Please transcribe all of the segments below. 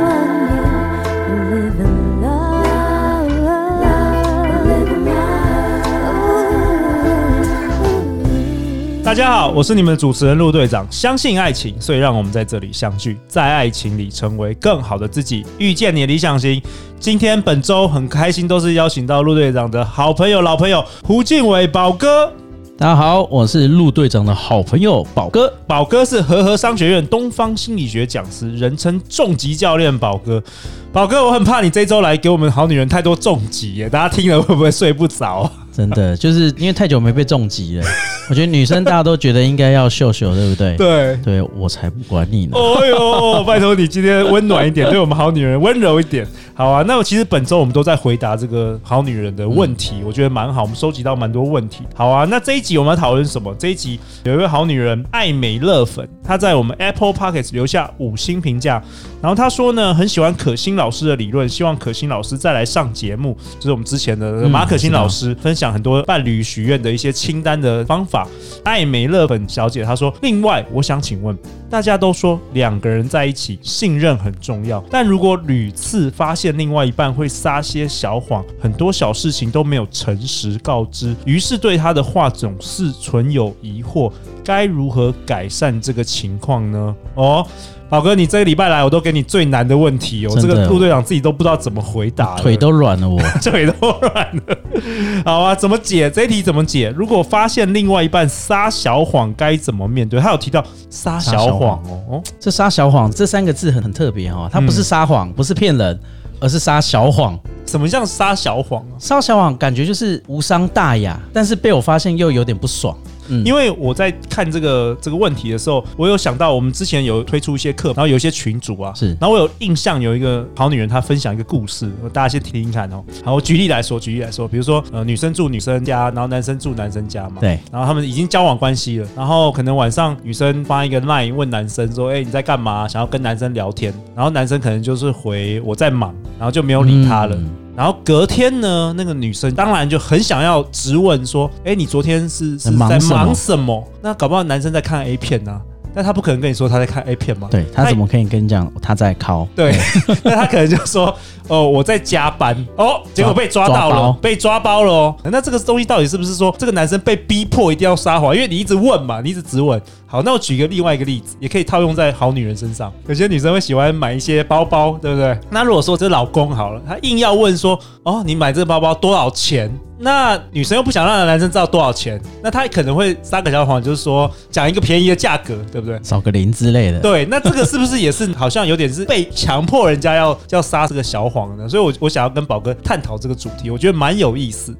want you, live in love, live in love. 大家好，我是你们的主持人陆队长。相信爱情，所以让我们在这里相聚，在爱情里成为更好的自己，遇见你的理想型。今天本周很开心，都是邀请到陆队长的好朋友、老朋友胡敬伟宝哥。大家好，我是陆队长的好朋友宝哥。宝哥是和和商学院东方心理学讲师，人称重疾教练宝哥。宝哥，我很怕你这周来给我们好女人太多重疾耶，大家听了会不会睡不着啊？真 的，就是因为太久没被重击了，我觉得女生大家都觉得应该要秀秀，对不 对？，对，对我才不管你呢。哦呦，拜托你今天温暖一 点，对我们好女人温柔一点，好啊。那其实本周我们都在回答这个好女人的问嗯题，我觉得蛮好，我们收集到蛮多问题。好啊，那这一集我们要讨论什么？这一集呃有一位好女人爱美乐粉，她在我们 Apple p o c k e t 留下五星评价，然后她说呢，很喜欢可心老师的理论，希望可心老师再来上节目，就是我们之前的嗯马可心知道老师分享很多伴侣许愿的一些清单的方法。爱美乐粉小姐她说，另外我想请问。大家都说两个人在一起信任很重要，但如果屡次发现另外一半会撒些小谎，很多小事情都没有诚实告知，于是对他的话总是存有疑惑，该如何改善这个情况呢？哦，宝哥，你这个礼拜来我都给你最难的问题哦，这真的个陆队长自己都不知道怎么回答了，腿都软了我， 腿都软了。好啊，怎么解这一题？怎么解？如果发现另外一半撒小谎，该怎么面对？他有提到撒小谎哦，哦这撒小谎这三个字很很特别哦，它不是撒谎，不是骗人，而是撒小谎。什么叫撒小谎啊？撒小谎感觉就是无伤大雅，但是被我发现又有点不爽。嗯因为我在看这个这个问题的时候，我有想到我们之前有推出一些课，然后有一些群主啊，是然后我有印象有一个好女人，她分享一个故事，大家先听听看哦。好，我举例来说，举例来说，比如说呃，女生住女生家，然后男生住男生家嘛，对，然后他们已经交往关系了，然后可能晚上女生发一个 line 问男生说，哎、你在干嘛？想要跟男生聊天，然后男生可能就是回我在忙，然后就没有理他了。嗯然后隔天呢，那个女生当然就很想要质问说：“哎，你昨天是是忙在什么忙什么？”那搞不好男生在看 A 片呢、啊但他不可能跟你说他在看 A 片嘛？对他怎么可以跟你讲他在靠？对， 那他可能就说：“哦，我在加班哦，结果被抓到抓了包，被抓包了哦。”那这个东西到底是不是说这个男生被逼迫一定要撒谎？因为你一直问嘛，你一直质问。好，那我举个另外一个例子，也可以套用在好女人身上。有些女生会喜欢买一些包包，对不对？那如果说这老公好了，他硬要问说：“哦，你买这个包包多少钱？”那女生又不想让男生知道多少钱，那他可能会撒个小谎，就是说讲一个便宜的价格，对不对？找个零之类的。对，那这个是不是也是好像有点是被强迫人家要要杀这个小谎呢？所以我，我想要跟宝哥探讨这个主题，我觉得蛮有意思的。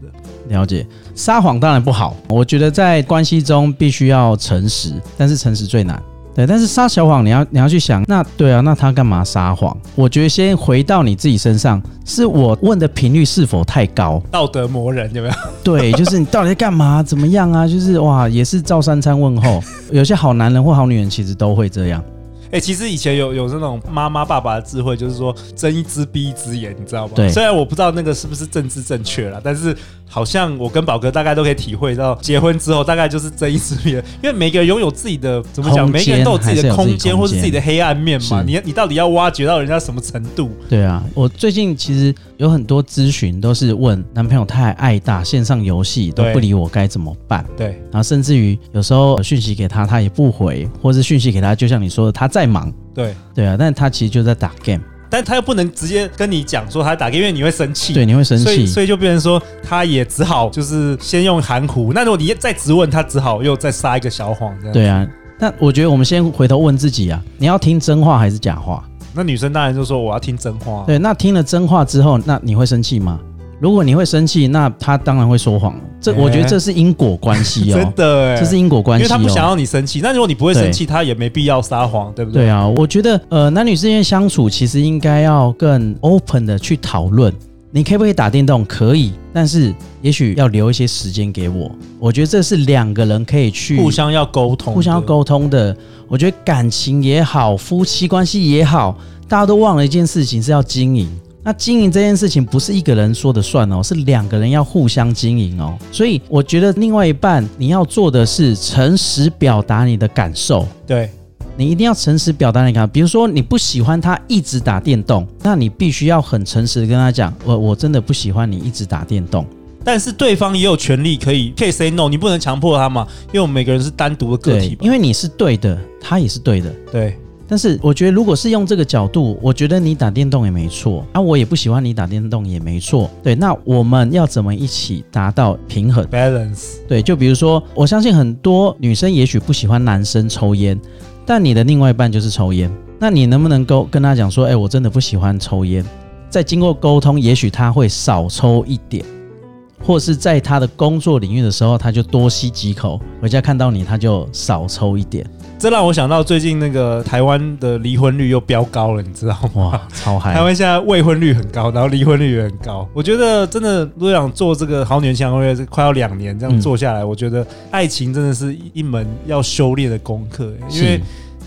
了解，撒谎当然不好，我觉得在关系中必须要诚实，但是诚实最难。对，但是撒小谎，你要你要去想，那对啊，那他干嘛撒谎？我觉得先回到你自己身上，是我问的频率是否太高？道德磨人有没有？ 对， 就是你到底在干嘛？怎么样啊？就是哇，也是照三餐问候。有些好男人或好女人其实都会这样。哎、其实以前有有那种妈妈爸爸的智慧，就是说睁一只闭一只眼，你知道吗？对虽然我不知道那个是不是政治正确啦，但是好像我跟宝哥大概都可以体会到，结婚之后大概就是睁一只眼，因为每个人拥有自己的怎么讲，空间每个人都有自己的还是有自己空间或是空间自己的黑暗面嘛。是你你到底要挖掘到人家什么程度？对啊，我最近其实有很多咨询都是问男朋友太爱打线上游戏都对不理我该怎么办？对，然后甚至于有时候呃讯息给他，他也不回，或是讯息给他，就像你说的，他在忙，对。对啊，但他其实就在打 game，但他又不能直接跟你讲说他打给，因为你会生气。对，你会生所以所气，以就变成说，他也只好就是先用含糊。那如果你再质问他，只好又再撒一个小谎这样。，对啊。但我觉得我们先回头问自己啊，你要听真话还是假话？那女生当然就说我要听真话。对，那听了真话之后，那你会生气吗？如果你会生气，那他当然会说谎了。这、哎我觉得这是因果关系哦 真，的哎、这是因果关因系、哦，为他不想要你生气。那如果你不会生气，他也没必要撒谎，对不对？对啊，我觉得呃，男女之间相处其实应该要更 open 的去讨论。你可不可以打电动？可以，但是也许要留一些时间给我。我觉得这是两个人可以去互相要沟通，互相要。沟通的。我觉得感情也好，夫妻关系也好，大家都忘了一件事情是要经营。那经营这件事情不是一个人说的算哦，是两个人要互相经营哦。所以我觉得另外一半你要做的是诚实表达你的感受，对，你一定要诚实表达你的感受。比如说你不喜欢他一直打电动，那你必须要很诚实的跟他讲，我我真的不喜欢你一直打电动。但是对方也有权利可以可以 say no，你不能强迫他嘛，因为我们每个人是单独的个体对，嘛。因为你是对的，他也是对的。对但是我觉得，如果是用这个角度，我觉得你打电动也没错啊，我也不喜欢你打电动也没错。对，那我们要怎么一起达到平衡？ balance，对，就比如说，我相信很多女生也许不喜欢男生抽烟，但你的另外一半就是抽烟，那你能不能够跟他讲说，哎、我真的不喜欢抽烟？再经过沟通，也许他会少抽一点，或是在他的工作领域的时候，他就多吸几口，回家看到你他就少抽一点。这让我想到最近那个台湾的离婚率又飙高了，你知道吗 哇？，超嗨！台湾现在未婚率很高，然后离婚率也很高。我觉得真的，如果想做这个好女人相攻略，快要两年这样嗯做下来，我觉得爱情真的是一一门要修炼的功课。因为是，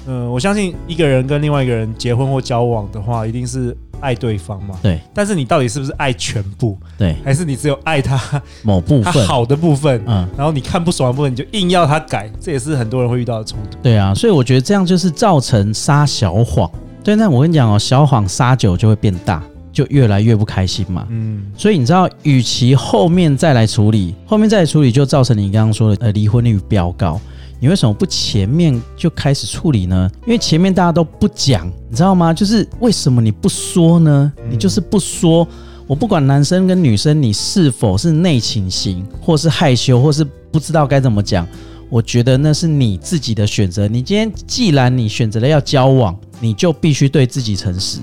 嗯、我相信一个人跟另外一个人结婚或交往的话，一定是呃爱对方嘛。对但是你到底是不是爱全部，对，还是你只有爱 他某部他分，好的部分，嗯，然后你看不爽的部分你就硬要他改，这也是很多人会遇到的冲突。对啊，所以我觉得这样就是造成撒小谎。对，那我跟你讲哦，小谎撒久就会变大，就越来越不开心嘛。嗯，所以你知道，与其后面再来处理，后面再来处理就造成你刚刚说的呃离婚率飙高。你为什么不前面就开始处理呢？因为前面大家都不讲，你知道吗？就是为什么你不说呢？你就是不说。我不管男生跟女生，你是否是内倾型，或是害羞，或是不知道该怎么讲，我觉得那是你自己的选择。你今天既然你选择了要交往，你就必须对自己诚实。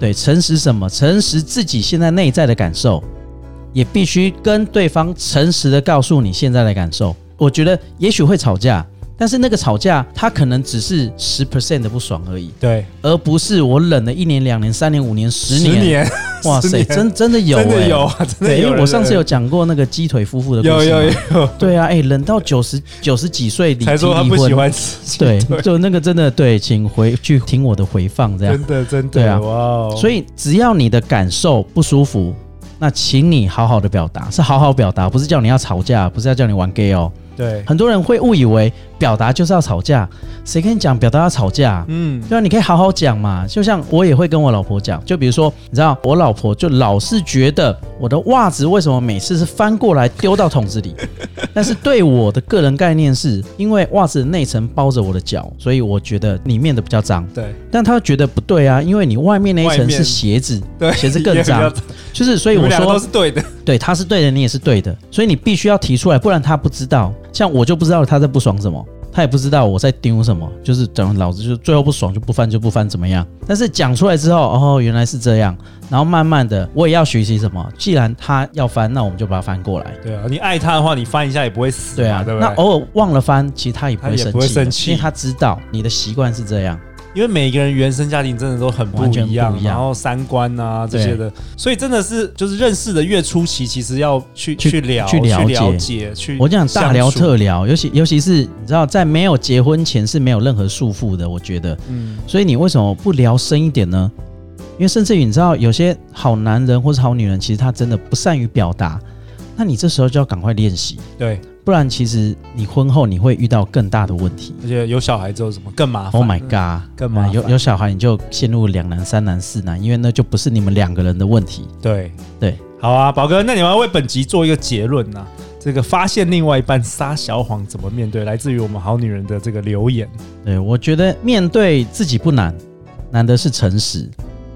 对，诚实什么？诚实自己现在内在的感受，也必须跟对方诚实的告诉你现在的感受。我觉得也许会吵架，但是那个吵架，它可能只是十 percent 的不爽而已，对，而不是我忍了一年、两年、三年、五年、十年。年，哇10塞，年真真的有、欸，真的有啊，真的对，有因为人我上次有讲过那个鸡腿夫妇的故事嘛有有有有，对啊，哎、忍到九十九十几岁离才说他离不婚喜 欢吃，对，就那个真的对，请回去听我的回放，这样真的真的，对啊哇哦，所以只要你的感受不舒服，那请你好好的表达，是好好表达，不是叫你要吵架，不是要叫你玩 gay 哦。对，很多人会误以为表达就是要吵架，谁跟你讲表达要吵架啊？嗯，对啊，你可以好好讲嘛。就像我也会跟我老婆讲，就比如说，你知道，我老婆就老是觉得我的袜子为什么每次是翻过来丢到 桶子里，但是对我的个人概念是，因为袜子的内层包着我的脚，所以我觉得里面的比较脏。对但他觉得不对啊，因为你外面那一外层面是鞋子，对，鞋子 也更比较脏，就是所以你们我两个都说是，对 的，对，他是对的，你也是对的，所以你必须要提出来，不然他不知道。像我就不知道他在不爽什么，他也不知道我在丢什么，就是等老子就最后不爽就不翻就不翻怎么样？但是讲出来之后，哦，原来是这样，然后慢慢的我也要学习什么，既然他要翻，那我们就把它翻过来。对啊，你爱他的话，你翻一下也不会死嘛，对啊，对不那对？偶尔忘了翻，其实他也不会他也生不会气的，生气因为他知道你的习惯是这样。因为每个人原生家庭真的都很不完全一样，不一样然后三观啊这些的，所以真的是就是认识的越初期，其实要去去聊、去去了解解、去我讲大聊相处，特聊，尤其尤其是你知道，在没有结婚前是没有任何束缚的，我觉得。嗯，所以你为什么不聊深一点呢？因为甚至于你知道，有些好男人或是好女人，其实他真的不善于表达，那你这时候就要赶快练习，对，不然其实你婚后你会遇到更大的问题。而且有小孩之后怎么更麻烦 Oh my god！更麻烦有有小孩你就陷入两难、三难、四难，因为那就不是你们两个人的问题。对对，好啊，宝哥，那你们要为本集做一个结论呐、这个发现另外一半撒小谎怎么面对，来自于我们好女人的这个留言。对，我觉得面对自己不难，难的是诚实。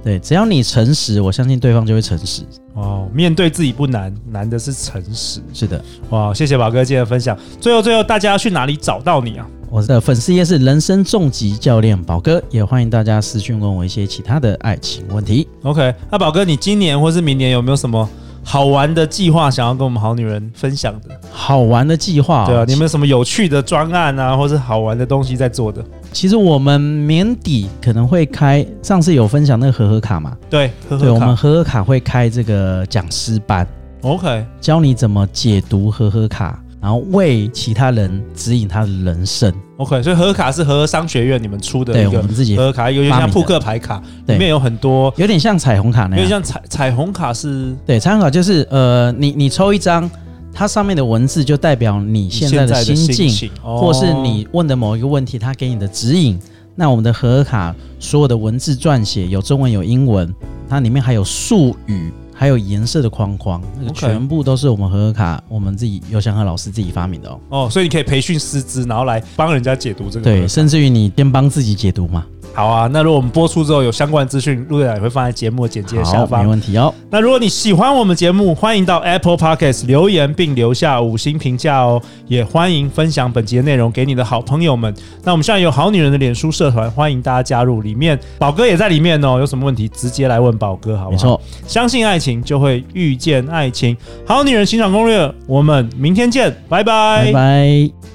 对，只要你诚实，我相信对方就会诚实。哦，面对自己不难，难的是诚实。是的，哇，谢谢宝哥今天的分享。最后，最后大家要去哪里找到你啊？我的粉丝页是人生重疾教练宝哥，也欢迎大家私讯问我一些其他的爱情问题。 OK，那宝哥，你今年或是明年有没有什么好玩的计划想要跟我们好女人分享的？好玩的计划、哦对啊，你们有什么有趣的专案啊，或是好玩的东西在做的？其其实我们年底可能会开，上次有分享那个和和卡嘛？对，喝对，喝我们卡。和和卡会开这个讲师班， OK，教你怎么解读和和卡。然后为其他人指引他的人生。 OK，所以和卡是和商学院你们出的对一个我们自己和卡，有点发像明扑的克牌卡，对啊里面有很多，有点像彩虹卡那有点样。像彩彩虹卡是对，彩虹卡就是呃，你你抽一张，它上面的文字就代表你你现在的心境，情，哦或是你问的某一个问题，它给你的指引。那我们的和卡所有的文字撰写有中文有英文，它里面还有术语，还有颜色的框框，那个 OK 全部都是我们和卡我们自己尤祥和老师自己发明的哦。哦，所以你可以培训师资，然后来帮人家解读这个。对，甚至于你先帮自己解读嘛。好啊。那如果我们播出之后有相关资讯，陆队长也会放在节目的简介下好，没方。问题哦。那如果你喜欢我们节目，欢迎到 Apple Podcast 留言并留下五星评价哦，也欢迎分享本集的内容给你的好朋友们。那我们现在有好女人的脸书社团，欢迎大家加入，里面宝哥也在里面哦，有什么问题直接来问宝哥，好不没好？错，相信爱情就会遇见爱情。好女人情场攻略，我们明天见，拜拜拜拜。